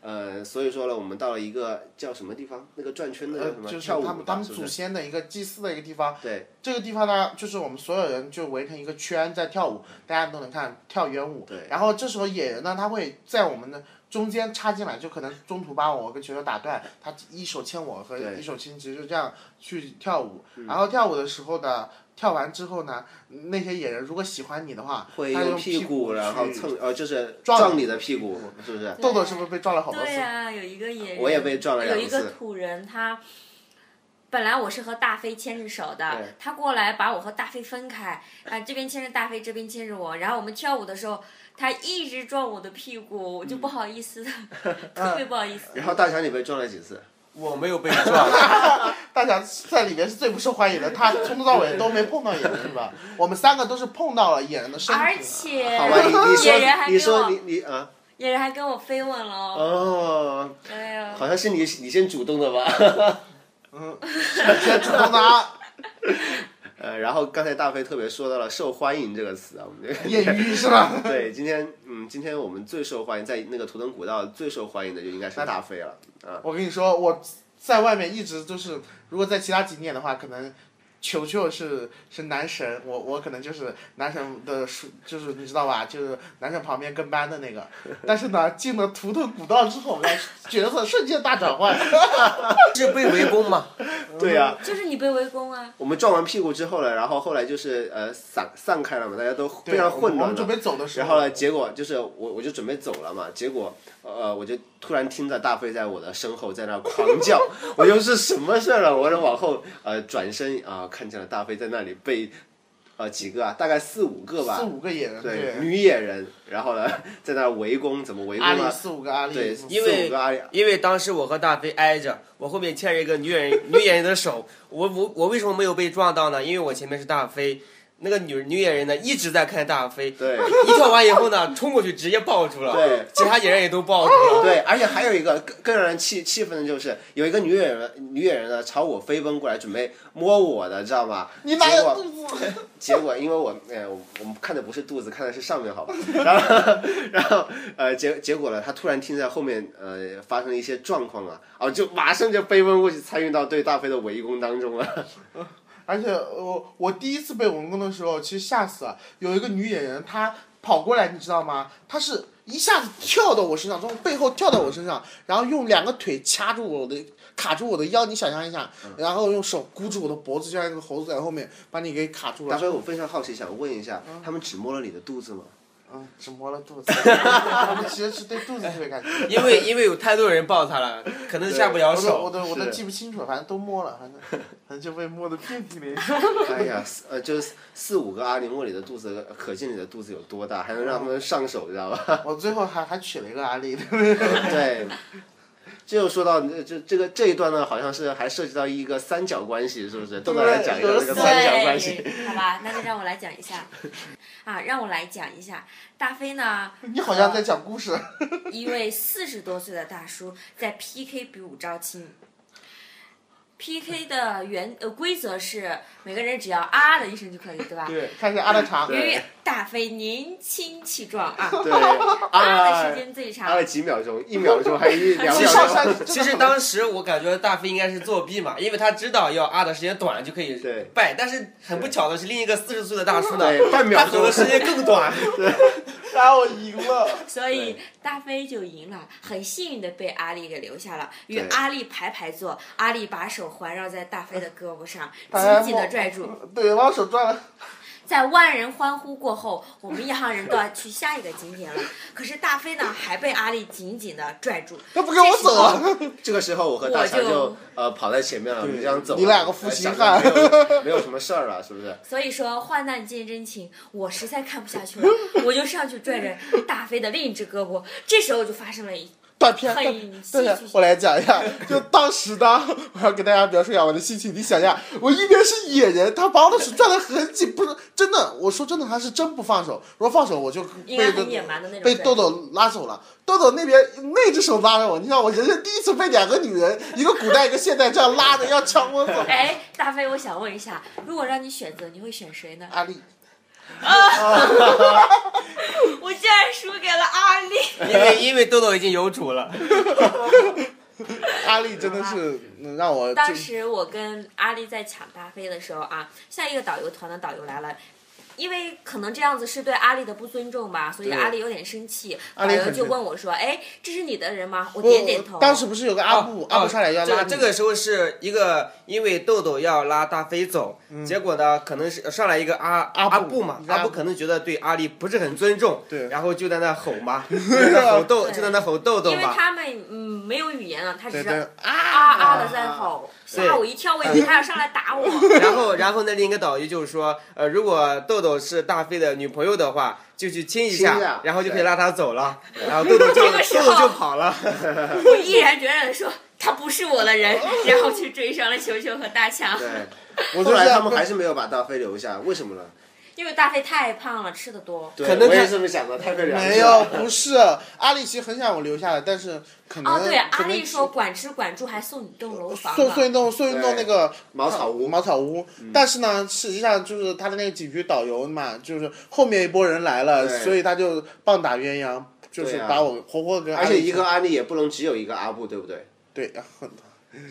D: 呃，所以说呢，我们到了一个叫什么地方，那个转圈的叫
A: 呃
D: 什么、
A: 就是
D: 跳舞
A: 他们
D: 吧
A: 他们
D: 是不
A: 祖
D: 是
A: 先的一个祭祀的一个地方。
D: 对，
A: 这个地方呢，就是我们所有人就围成一个圈在跳舞，大家都能看跳圆舞。
D: 对
A: 然后这时候野人呢，他会在我们的中间插进来，就可能中途把我跟球球打断，他一手牵我和
D: 对嗯
A: 一手牵其实就这样去跳舞。然后跳舞的时候呢，跳完之后呢，那些野人如果喜欢你的话，
D: 会
A: 啊他
D: 用
A: 屁
D: 股，然后
A: 去
D: 蹭，呃，就是
A: 撞
D: 撞你的屁股，是不是？
A: 豆豆是不是被撞了好多次
E: 对？呀、有一个野人，
D: 我也被撞了两
E: 有一个
D: 次
E: 土人，他本来我是和大飞牵着手
D: 对
E: 的，他过来把我和大飞分开，啊、这边牵着大飞，这边牵着我，然后我们跳舞的时候，他一直撞我的屁股，我
D: 嗯
E: 就不好 意思， 特别不好意思。
D: 然后大强，你被撞了几 次？
F: 我没有被 撞，
A: 大家在里面是最不受欢迎的，他从头到尾都没碰到野人，是吧？我们三个都是碰到了野人的身体。
E: 而且
D: 好吧，你你
E: 野人
D: 说
E: 还
D: 你
E: 跟
D: 说
E: 我
D: 你你啊
E: 野人还跟我飞吻了哦，
D: 哦，
E: 哎呀，
D: 好像是你你先主动的吧？
A: 先主动啊拿
D: 呃，然后刚才大飞特别说到了“受欢迎”这个词啊，我们
A: 业
D: 就
A: 余是吧？
D: 对今天嗯，今天我们最受欢迎在那个图腾古道最受欢迎的就应该是大飞了啊。
A: 我跟你说，我在外面一直就是，如果在其他景点的话，可能球球是是男神，我我可能就是男神的属，就是你知道吧，就是男神旁边跟班的那个。 但是呢，进了图腾古道之后，我角色瞬间大转换。
F: 是被围攻嘛？
D: 对呀、
E: 就是你被围攻啊，
D: 我们撞完屁股之后了，然后后来就是呃散散开了嘛，大家都 非常混
A: 我
D: 乱的
A: 们准。备走的时
D: 然
A: 候，
D: 后呢，结果就是我我就准备走了嘛，结果呃我就突然听到大飞在我的身后在那狂叫， 我就是什么事儿了？我就往后呃转身啊、看见了大飞在那里被呃几个啊，大概四五个吧
A: 四，五个野人，
D: 对，
A: 对，
D: 女野人，然后呢在那围攻，怎么围攻
A: 阿里
D: 啊？
A: 四五个阿里，
D: 对，
A: 嗯
F: 因为
D: 四五个阿里
F: 因为当时我和大飞挨着，我后面牵着一个女演女演员 的手，我我我为什么没有被撞到呢？因为我前面是大飞，那个女女演员呢一直在看大飞，
D: 对
F: 一跳完以后呢，冲过去直接抱住了，
D: 对，
F: 其他演员也都抱住了，
D: 对，而且还有一个更更让人气气愤的就是，有一个女演员，女演员呢朝我飞奔过来，准备摸我的，知道吗？
A: 你哪
D: 结
A: 有
D: 果
A: 肚子？
D: 结果因为我哎，我我们看的不是肚子，看的是上面，好吧？ 然后然后呃结结果呢，她突然听在后面呃发生了一些状况啊，哦就马上就飞奔过去，参与到对大飞的围攻当中了。
A: 而且我我第一次被围攻的时候，其实吓死了。有一个女演员，她跑过来，你知道吗？她是一下子跳到我身上，从背后跳到我身上，然后用两个腿掐住我的，卡住我的腰。你想象一下，然后用手箍住我的脖子，就像一个猴子在后面把你给卡住
D: 大
A: 了。
D: 飞，我非常好奇，想问一下，他们只摸了你的肚子吗？
A: 嗯，只摸了肚子，我们 其实是对肚子特别感 兴趣。
F: 因为因为有太多人抱他 了，可能下不了
A: 我都我
F: 手。
A: 都我都
D: 是
A: 记不清楚了，反正都摸了，反正反 正就被摸的遍体鳞伤。
D: 哎呀，四呃，就是四四五个阿里摸你的肚子，可见你的肚子有多大，还能让他们上手，知道 吧？
A: 我最后还还娶了一个阿丽，
D: 对，这又说到这这这个这一段呢，好像是还涉及到一个三角关系，是不是？豆豆来讲一下这个 三角关系。
E: 对，好吧，那就让我来讲一下，啊，让我来讲一下，大飞呢，
A: 你好像在讲故事。
E: 一位四十多岁的大叔在 PK 比武招亲。PK 的原呃规则是每个人只要啊的一声就可以，对吧？
A: 对，看一下阿拉长。
E: 由
D: 对
E: 于大飞年轻气壮 啊，
D: 对，
E: 啊
D: 啊
E: 的时，间最
D: 啊
E: 长
D: 了，几秒钟，一秒钟还 一两
A: 其
D: 秒
A: 实
D: 钟。
F: 其实当时我感觉大飞应该是作弊嘛，因为他知道要啊的时间短就可以
D: 对
F: 败，但是很不巧的是另一个四十岁的大叔呢，
D: 对半秒
F: 他走的时间更短。
A: 然后我赢 了。
E: 所以大飞就赢了，很幸运的被阿丽给留下了，与
D: 对
E: 阿丽排排坐，阿丽把手环绕在大飞的胳膊上，
A: 哎
E: 紧紧的拽住。
A: 对，把我手抓了。
E: 在万人欢呼过后，我们一行人都要去下一个景点了。可是大飞呢，还被阿丽紧紧的拽住，
A: 他不跟我走啊！
D: 这个时候，我和大强就呃跑在前面了，我们这样走了。
A: 你俩个负心
D: 呃
A: 汉
D: 想着没有没有什么事儿了，是不是？
E: 所以说患难见真情，我实在看不下去了，我就上去拽着大飞的另一只胳膊。这时候就发生了一
A: 断片，
E: 很
A: 对
E: 戏
A: 呀
E: 剧性，
A: 我来讲一下。就当时呢， 我要给大家描述一下我的心情。你想一下，我一边是野人，他把我的手抓得很紧，不是真的。我说真的，他是真不放手。如果放手，我就
E: 应
A: 被
E: 该很野蛮的那种
A: 被
E: 拽
A: 豆豆拉走了。豆豆那边那只手拉着我，你看我人生第一次被两个女人，一个古代一个现代这样拉着要抢我走。
E: 哎，大飞，我想问一下，如果让你选择，你会选谁呢？啊
A: 阿丽，
E: 我竟然输给了阿丽。
F: 因为因为豆豆已经有主了，
A: 阿丽真的 是嗯让我
E: 当
A: 就
E: 时我跟阿丽在抢大飞的时候啊，下一个导游团的导游来了。因为可能这样子是对阿丽的不尊重吧，所以
A: 对
E: 阿丽有点生气。
A: 阿
E: 导
A: 丽
E: 游
A: 很
E: 就
A: 生
E: 问我说：“哎，这是你的人吗？”我
A: 不
E: 点点头。
A: 当时不是有个阿布，
F: 哦
A: 阿布上来要
F: 这
A: 拉
F: 个
A: 你
F: 这个时候是一个，因为豆豆要拉大飞走，结果呢，可能是上来一个阿
A: 嗯阿布
F: 阿布嘛
A: 一，个阿
F: 阿
A: 布
F: 布可能觉得对阿丽不是很尊重，
A: 对
F: 然后就在那吼 嘛，就在那吼豆，
E: 对
F: 就在那吼豆豆
E: 因为
F: 嘛，
E: 他们嗯没有语言了，他
A: 对
E: 只是
A: 对
E: 啊
A: 啊
E: 啊的在吼，吓我一跳，我以为他要上来 打我。
F: 然后，然后那另一个导游就是说，呃，如果豆豆是大飞的女朋友的话，就去亲一下，
D: 亲一下
F: 然后就可以拉她 走了。然后豆豆就
E: 这个时
F: 豆
E: 候
F: 豆就跑了。
E: 我毅然决然的说他不是我的人，然后去追上了球球和大 强，
D: 对，
A: 我
D: 后
A: 就
D: 来
A: 是
D: 他们还是没有把大飞留下，为什么呢？
E: 因为大飞太胖了，吃的多。
D: 对
F: 可能
D: 我也
F: 他
D: 是这么想的，太被良心了
A: 没有，不是阿丽其实很想我留下来，但是可能
E: 哦，对，
A: 可
E: 阿
A: 能
E: 丽说管吃管住，还送你栋楼房
A: 送
E: 呢
A: 送一栋送一栋那个嗯
D: 茅草屋嗯
A: 茅草屋，但是呢，实际上就是他的那个景区导游嘛，就是后面一波人来了，
D: 对
A: 所以他就棒打鸳�鸯，就是
D: 对啊
A: 把我活活给阿
D: 而
A: 丽
D: 且一个安利也不能只有一个阿布，对不对？
A: 对，很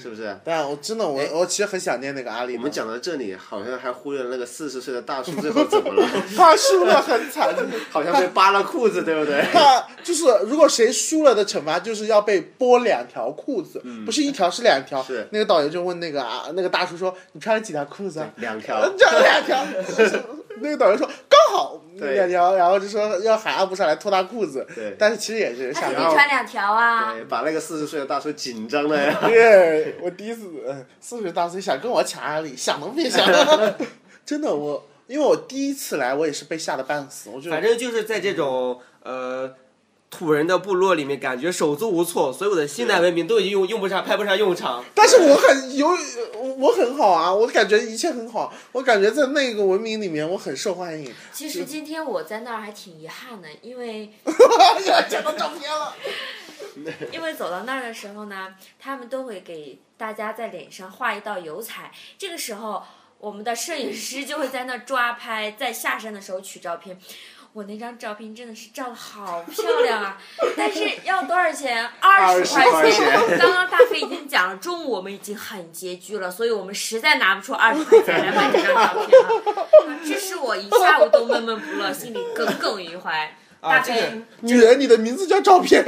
D: 是不是？
A: 但我真的我我其实很想念那个阿里
D: 哎我
A: 的，
D: 们讲到这里，好像还忽略了那个四十岁的大叔最后怎么了，
A: 他输了很惨，
D: 好像被扒了裤子，对不对？
A: 他就是如果谁输了的惩罚就是要被剥两条裤子，不是一条是两条。
D: 嗯是
A: 那个导游就问那个啊那个大叔说你穿了几条裤子啊？
D: 两
A: 呃
D: 条，
A: 这样两 条。那个导游说刚好
D: 对
A: 两条，然后就说要喊阿布上来脱他裤子，
D: 对
A: 但是其实也是
E: 他
A: 想
E: 肯
A: 让
E: 定
A: 我
E: 穿两条啊。
D: 对，把那个四十岁的大叔紧张的 呀。
A: 对，我第一次呃四十大岁想跟我抢阿里，想都别想。 真的，我因为我第一次来，我也是被吓得半死。我就
F: 反正就是在这种呃土人的部落里面，感觉手足无措，所有的西南文明都已经用用不上、派不上用场。
A: 但是我很有我我很好啊，我感觉一切很好，我感觉在那个文明里面我很受欢 迎。
E: 其实今天我在那儿还挺遗憾的，因为
A: 哎呀，讲到照片了，
E: 因为走到那儿的时候呢，他们都会给大家在脸上画一道油彩，这个时候我们的摄影师就会在那儿抓拍，在下山的时候取照片。我那张照片真的是照的好漂亮啊！但是要多少钱？二十块
D: 20
E: 钱。刚刚大飞已经讲了，中午我们已经很拮据了，所以我们实在拿不出二十块钱来买这张照片了。啊这是我一下午都闷闷不乐，心里耿耿于怀。
F: 啊，
E: 大
F: 这
E: 飞、
F: 个
A: 女人，你的名字叫照片。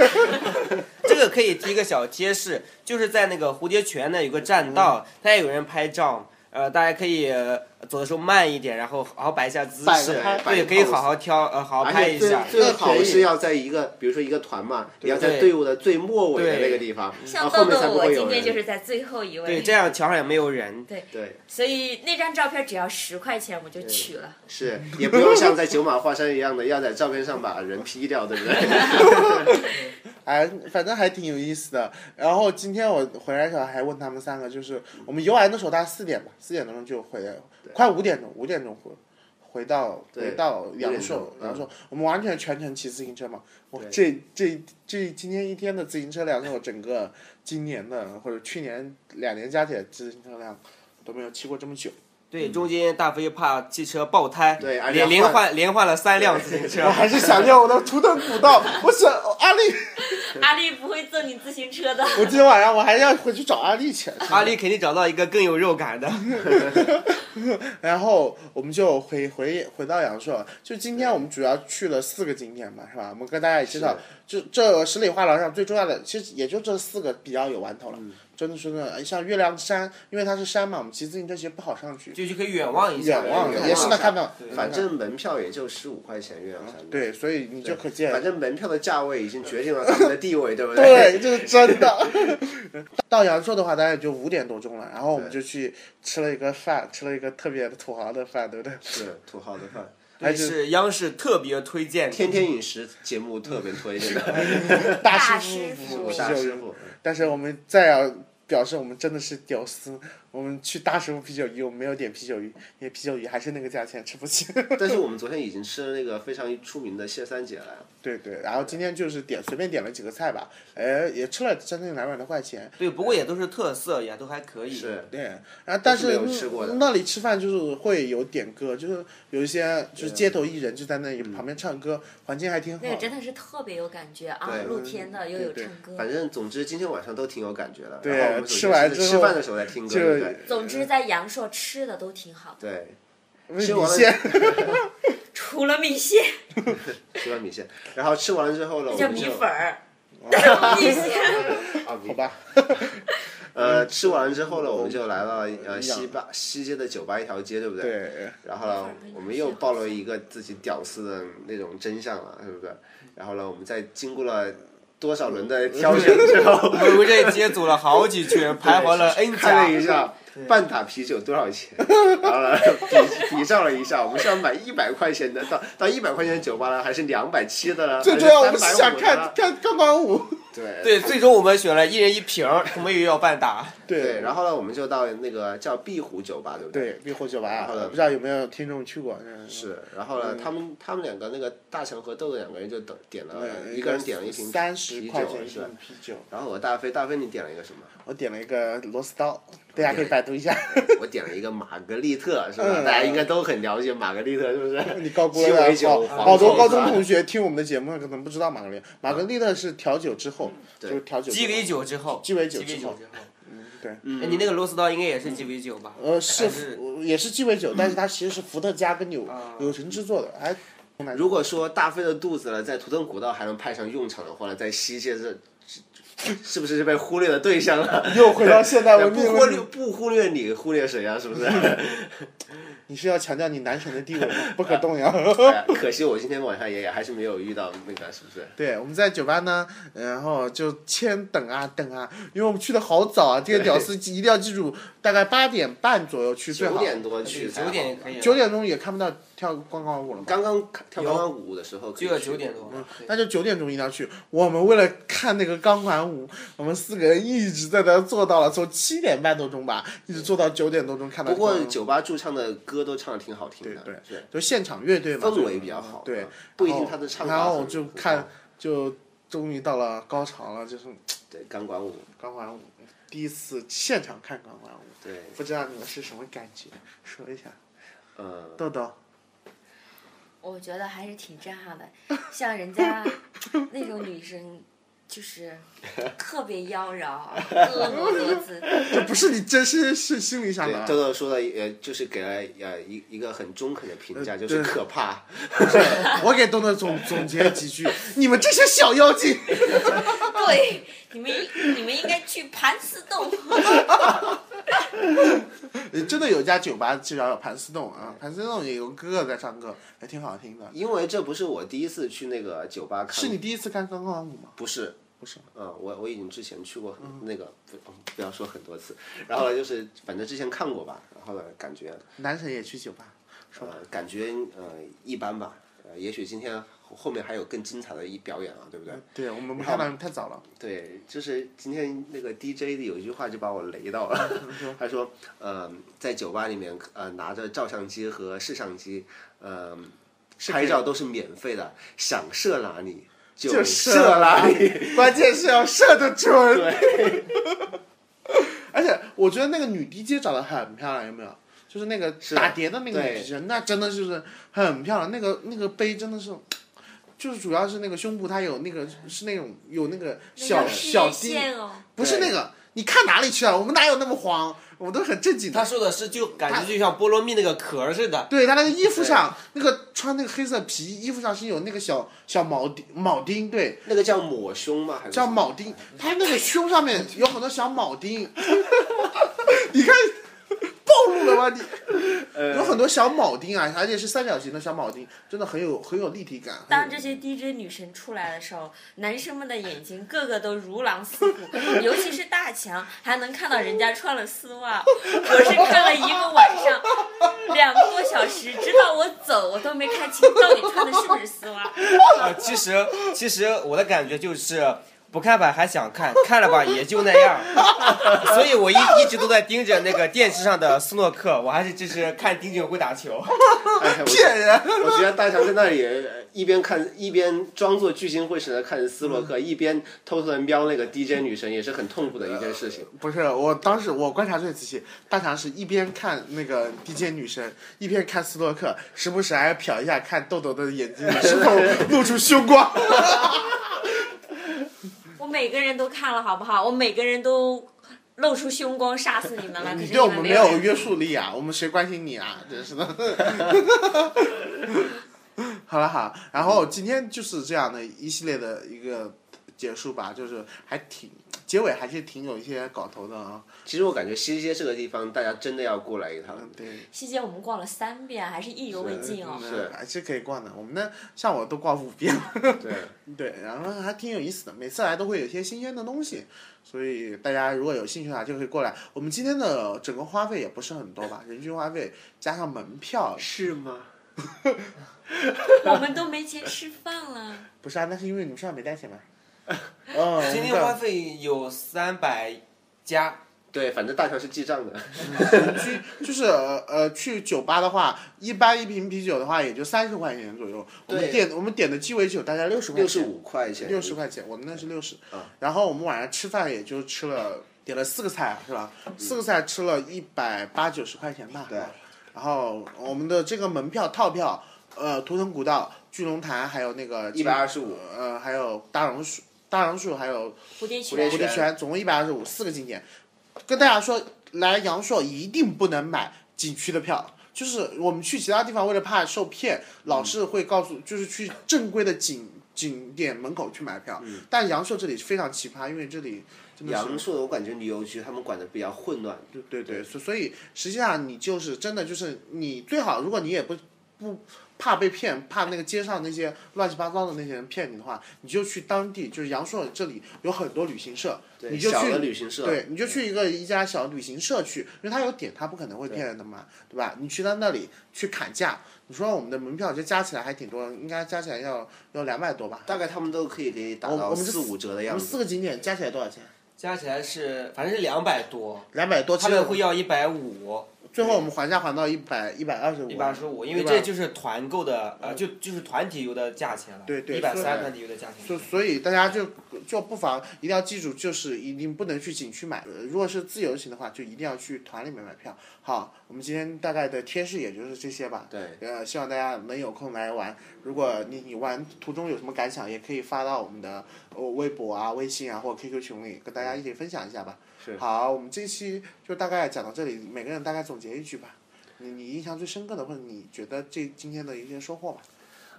F: 这个可以提个小贴士，就是在那个蝴蝶泉那有个栈道，它也有人拍照，呃，大家可以呃走的时候慢一点，然后好好摆一下姿
A: 摆
F: 势
A: 着拍，
F: 对，可以好好挑，呃，好好
D: 而
F: 拍
D: 且
F: 一
D: 最
F: 下。
D: 最好
A: 那可以
D: 是要在一个，比如说一个团嘛，你要在
F: 对
D: 队伍的最末尾的那个地方，然
E: 像
D: 啊后后
E: 豆
D: 面
E: 豆
D: 才，不
E: 我
D: 会有
E: 今天就
D: 人。
E: 是在最后一位。
F: 对，这样桥上也没有人。
D: 对，
E: 所以那张照片只要十块钱，我就取 了。
D: 是也不用像在九马华山一样的要在照片上把人 P 掉，对 不对？
A: 哎，反正还挺有意思的。然后今天我回来的时候还问他们三个，就是我们游玩的时候大概四点吧，四点多钟就回来了，快五点钟，五点钟回回到
D: 对
A: 回到阳
D: 五
A: 朔，
D: 点钟
A: 阳朔，我们完全全程骑自行车嘛。我这这这今天一天的自行车量是我整个今年的或者去年两年加起来自行车量都没有骑过这么久。
F: 对，中间大飞怕汽车爆胎，
D: 对而且
F: 连连
D: 换
F: 换连换了三辆自行车
A: 我。还是想念我的图腾古道，我想阿丽，
E: 阿丽不会赠你自行车 的。
A: 我今天晚上我还要回去找阿丽去。
F: 阿丽肯定找到一个更有肉感 的。
A: 然后我们就回回回到阳朔，就今天我们主要去了四个景点嘛，是吧？我们跟大家也介绍，就这十里画廊上最重要的，其实也就这四个比较有玩头了。
D: 嗯
A: 真的说真的，哎像月亮山，因为它是山嘛，我们骑自行车其实不好上去，
F: 就就可以远望一下，
A: 远望
D: 远望
A: 也是能看到
F: 对。
D: 反正门票也就十五块钱，岳阳山的。
A: 对，所以你就可见
D: 反正门票的价位已经决定了他们的地位，对不
A: 对，这是真的。 到阳朔的话，大概也就五点多钟了，然后我们就去吃了一个饭，吃了一个特别土豪的饭，对不对？
D: 是土豪的饭，
F: 还是央视特别推荐的。
D: 天天饮食节目特别推荐的，
A: 大
E: 大
A: 师
E: 师
A: 傅，
E: 傅
D: 大师傅。
A: 但是我们再要表示我们真的是屌丝，我们去大师傅啤酒鱼，我们没有点啤酒鱼，因为啤酒鱼还是那个价钱，吃不起。
D: 但是我们昨天已经吃了那个非常出名的谢三姐了，
A: 对对，然后今天就是点随便点了几个菜吧，哎，也吃了将近两百多块钱。
F: 对，不过也都是特色，也都还可以。
D: 是
A: 对，然后但
D: 没
A: 是
D: 有吃过的
A: 那里吃饭就是会有点歌，就是有一些就是街头艺人就在那里旁边唱歌，环境还挺好
E: 那个。真的是特别有感觉啊
D: 对，
E: 露天的又有唱歌。
D: 反正总之今天晚上都挺有感觉的。
A: 对
D: 然后我们
A: 吃完
D: 首
A: 之
D: 先
A: 后
D: 是吃饭的时候在听歌，
A: 就
D: 对不对？
E: 总之在阳朔吃的都挺好的，
D: 对，
A: 魏
D: 吃
A: 米
D: 完了
A: 线，
E: 除了米线
D: 吃完米线，然后吃完了之后呢，我
E: 叫
D: 们
E: 米
D: 就
E: 粉儿，但是米线
D: 啊，米
A: 好吧，
D: 呃，吃完了之后呢，我们就来了呃
A: 嗯
D: 西坝西街的酒吧一条街，对不对？。
A: 对，
D: 然后呢，我们又暴露一个自己屌丝的那种真相了，是不是？然后呢，我们在经过了多少轮的挑 选之后，
F: 我们这街走了好几圈，徘徊了 N
D: 看了一
F: 家。
D: 下半打啤酒多少钱，然后呢比比照了一下，我们是要买一百块钱的，到到一百块钱的酒吧呢，还是两百七的呢？
A: 最重要我
D: 还
A: 们
D: 是
A: 是
D: 350
A: 想
D: 的
A: 看
D: 呢
A: 看钢管舞。
D: 对
F: 对，最终我们选了一人一瓶儿，我们也要半打。
D: 对，然后呢，我们就到那个叫壁虎酒吧，对不对？
A: 对，壁虎酒吧，
D: 好的
A: 不知道有没有听众去过？嗯
D: 是，然后呢，他们他们两个那个大强和豆豆两个人就等点了，一个人点了一瓶
A: 三十
D: 啤
A: 块
D: 酒
A: 钱一
D: 是吧
A: 瓶。啤酒，
D: 然后我大飞，大飞你点了一个 什么？
A: 我点了一个螺丝刀，大家可以百度一 下。
D: 我点了一个玛格丽特，是吧？
A: 嗯
D: 大家应该都很了解玛格丽特，是不是？
A: 你高估
D: 鸡尾
A: 了啊
D: 酒
A: 好
D: 黄
A: 好多
D: 酒
A: 高
D: 是吧
A: 中同学听我们的节目，可能不知道玛
D: 嗯
A: 格丽特。玛格丽特是调酒之后，就是调酒之后
F: 鸡尾酒之后，
A: 鸡尾酒
F: 酒
A: 之后
F: 后，
A: 嗯对，
F: 哎你那个螺丝刀应该也是 G V 九吧？
A: 呃，是
F: 还是
A: 福也是鸡尾酒，但是它其实是伏特加跟柳柳橙制作的，还
D: 啊如果说大飞的肚子呢，在图腾古道还能派上用场的话呢，在西界这。是是不是被忽略的对象了？
A: 又回到现代文明
D: 不忽
A: 了
D: 略不忽略你，忽略谁啊？是不是？
A: 你是要强调你男神的地 位吗不可动摇。
D: 哎呀可惜我今天晚上也还是没有遇到那个，是不是？
A: 对，我们在酒吧呢，然后就千等啊等啊，因为我们去的好早啊，这个屌丝记一定要记住，大概八点半左右去最
D: 九
A: 好，
D: 点多去才好，
F: 九点也可以了，
A: 九点钟也看不到跳广场舞了嘛。
D: 刚刚跳钢管舞的时候可以去，
F: 就要九点多。对
A: 那就九点钟一定要去。我们为了看那个钢管舞，我们四个人一直在那坐到了从七点半多钟吧，一直坐到九点多钟看到
D: 不
A: 钢管
F: 嗯
A: 舞。
D: 过酒吧驻唱的歌都唱的挺好听的，
A: 对
D: 是
A: 就现场乐队嘛，
D: 氛围比较好，
A: 对，
D: 不一定他的唱法
A: 然后
D: 很
A: 我就
D: 很
A: 看
D: 好，
A: 就终于到了高潮了，就是
D: 对钢管舞，
A: 钢管舞，第一次现场看钢管舞，
D: 对，
A: 不知道你们是什么感觉，说一下。
D: 嗯，
A: 豆豆，
E: 我觉得还是挺震撼的，像人家 那种女生，就是 特别妖娆啊，婀娜多姿。
A: 这不是你真是是心里想
D: 对
A: 的，啊
D: 豆，豆说的也就是给了呃一一个很中肯的评价，
A: 呃
D: 就是
A: 对
D: 可怕，
A: 我给豆豆总总结几句，你们这些小妖精。
E: 哦对，你们你们应该去盘丝洞。
A: 呃 真的有家酒吧至少有盘丝洞啊，盘丝洞也有哥哥在唱歌，还挺好听的。
D: 因为这不是我第一次去那个酒吧看，
A: 是你第一次看钢管舞吗？
D: 不是。
A: 不是，
D: 嗯，我我已经之前去过很、那个不不要说很多次， 然后呢就是反正之前看过吧，然后呢感觉
A: 男神也去酒吧，
D: 呃感觉呃一般吧，呃也许今天后后面还有更精彩的一表演啊，对不对？
A: 对我们没看到太早了。
D: 对，就是今天那个 DJ 有一句话就把我雷到了， 他说，呃，在酒吧里面，呃，拿着照相机和摄像机，呃，拍照都是免费的，想射哪里
A: 就射
D: 射哪
A: 哪
D: 里。
A: 关键是要射得准。 而且我觉得那个女 DJ 长得很漂亮，有没有？就是那个
D: 是
A: 打碟的那个女
D: 对
A: DJ，那真的就是很漂亮。那个那个杯真的是，就是主要是那个胸部，它有那个是那种有那个小
E: 那叫事
A: 小
E: 业
A: 滴，
E: 线哦，
A: 不是那个。你看哪里去啊了？我们哪有那么黄？我们都很正经的。
F: 他说的是，就感觉就像菠萝蜜那个壳儿似的，
A: 对他那个衣服上，那个穿那个黑色皮衣服上是有那个小小铆钉，铆钉对，
D: 那个叫抹胸吗？还是
A: 叫铆钉。他那个胸上面有很多小铆钉， 你看暴露了吧你？有很多小铆钉啊，而且是三角形的小铆钉，真的很有很有立体感。很有
E: 当这些 DJ 女神出来的时候，男生们的眼睛个个都如狼似虎，尤其是大强，还能看到人家穿了丝袜。我是看了一个晚上，两个多小时，直到我走，我都没看清到底穿的是不是丝袜。
F: 啊，其实其实我的感觉就是。不看吧还想看，看了吧也就那样， 所以我一一直都在盯着那个电视上的斯诺克，我还是就是看丁俊晖打球。
D: 哎我
A: 骗人。
D: 我觉得大强在那里呃一边看一边装作聚精会神的看斯洛克，一边偷偷的瞄那个 DJ 女神，也是很痛苦的一件事情。
A: 不是，我当时我观察最仔细，大肠是一边看那个 DJ 女神，一边看斯洛克，时不时还瞟一下看豆豆的眼睛里是否露出凶光。
E: 我每个人都看了，好不好？我每个人都露出凶光，杀死你们了。可
A: 你
E: 是
A: 对我
E: 们
A: 们
E: 没
A: 嗯没有约束力啊，我们谁关心你啊？真是的。 好了好，然后今天就是这样的一系列的一个结束吧，就是还挺结尾还是挺有一些搞头的啊。
D: 其实我感觉西街这个地方，大家真的要过来一趟。
A: 嗯，对。
E: 西街我们逛了三遍，还是意犹未尽哦。
A: 嗯还是可以逛的。我们那像我都逛五遍，
D: 对，
A: 对，然后还挺有意思的，每次来都会有一些新鲜的东西，所以大家如果有兴趣的话，就可以过来。我们今天的整个花费也不是很多吧，人均花费加上门票，
D: 是吗？
E: 我们都没钱吃饭 了。
A: 不是啊，那是因为你们身上没带钱 吧？嗯，
F: 今天花费有三百加，
D: 对，反正大强是记账的。
A: 就是呃呃，去酒吧的话，一般一瓶啤酒的话也就三十块钱左右。我们
D: 对
A: 点我们点的鸡尾酒大概六十块
D: 六十
A: 钱，嗯
D: 五块钱，
A: 六十块钱，我们那是六十
D: 啊。
A: 然后我们晚上吃饭也就吃了点了四个菜啊是吧？四个菜吃了一百八九十块钱吧。
D: 对。
A: 然后我们的这个门票套票，呃，图腾古道、聚龙潭，还有那个
D: 一百二十五。
A: 呃，还有大榕树、大榕树，还有
E: 蝴蝶
D: 蝴蝶
E: 泉
A: 蝴蝶
D: 泉
A: 泉，总共一百二十五，四个景点。跟大家说，来阳朔一定不能买景区的票。就是我们去其他地方，为了怕受骗，老是会告诉，就是去正规的景景点门口去买票。但阳朔这里非常奇葩，因为这里真的是
D: 阳朔我感觉旅游局他们管的比较混乱，
A: 对对对，所所以实际上你就是真的就是你最好，如果你也不不怕被骗，怕那个街上那些乱七八糟的那些人骗你的话，你就去当地，就是阳朔这里有很多旅行社，
D: 对
A: 你就
D: 小的
A: 去。
D: 旅行社，
A: 对，你
F: 嗯
A: 就去一个一家小旅行社去，因为他有点，他不可能会骗人的嘛，对吧？你去到那里去砍价，你说我们的门票就加起来还挺多，应该加起来要要两百多吧？
D: 大概他们都可以给你打
A: 我
D: 到
A: 我们是
D: 四五折的
A: 我
D: 样
A: 们
D: 子。
A: 四个景点加起来多少钱？
F: 加起来是反正是两百多，
A: 两百多，其
F: 他
A: 实
F: 们会要一百五、
A: 最后我们还价还到一百一百二十五，
F: 一百二十五，因为
A: 对吧
F: 这就是团购的呃，就就是团体游的价钱了，
A: 对对
F: 一百
A: 所以
F: 三团体游的价钱。
A: 所所以大家就就不妨一定要记住，就是一定不能去景区买。呃如果是自由行的话，就一定要去团里面买票。好，我们今天大概的贴士也就是这些吧。
D: 对，
A: 呃，希望大家能有空来玩。如果你你玩途中有什么感想，也可以发到我们的呃微博啊、微信啊或 QQ 群里，跟大家一起分享一下吧。
D: 是
A: 好，我们这期就大概讲到这里，每个人大概总结一句吧。你你印象最深刻的，或者你觉得这今天的一些收获吧。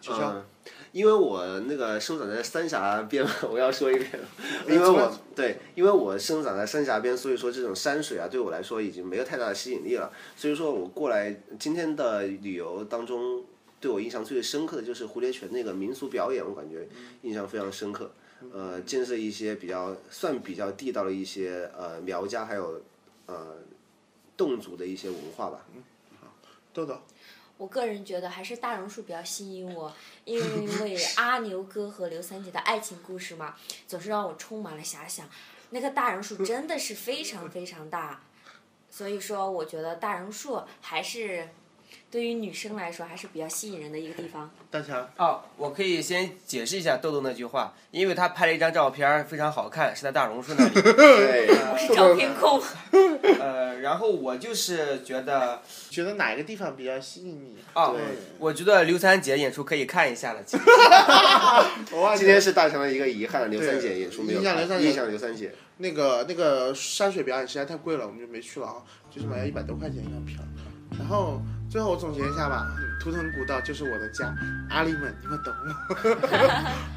A: 秋秋，
D: 嗯，因为我那个生长在三峡边嘛，我要说一遍，
A: 呃
D: 因为我对，因为我生长在三峡边，所以说这种山水啊，对我来说已经没有太大的吸引力了。所以说我过来今天的旅游当中，对我印象最深刻的就是蝴蝶泉那个民俗表演，我感觉印象非常深刻。呃，建设一些比较算比较地道的一些呃苗家还有呃侗族的一些文化吧。
A: 豆豆，
E: 我个人觉得还是大榕树比较吸引我，因为阿牛哥和刘三姐的爱情故事嘛，总是让我充满了遐想。那个大榕树真的是非常非常大，所以说我觉得大榕树还是对于女生来说还是比较吸引人的一个地方。
A: 大强。
F: 哦，我可以先解释一下豆豆那句话，因为他拍了一张照片儿非常好看，是在大榕树那 里。
D: 对，
E: 我是照片控，
F: 呃，然后我就是觉得，
A: 觉得哪个地方比较吸引你？
D: 啊
F: 哦
A: 对，
F: 我觉得刘三姐演出可以看一下了。其实
A: 我忘记
D: 今天是大强的一个遗憾，刘三姐演出没有
A: 印象刘三
D: 看，
A: 姐
D: 印象刘三姐。
A: 那个那个山水表演实在太贵了，我们就没去了啊，就是买了一百多块钱一张票。然后最后我总结一下吧，图腾古道就是我的家，阿 里们你们懂我。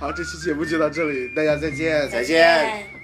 A: 好，这期节目就到这里，大家再见，
D: 再见。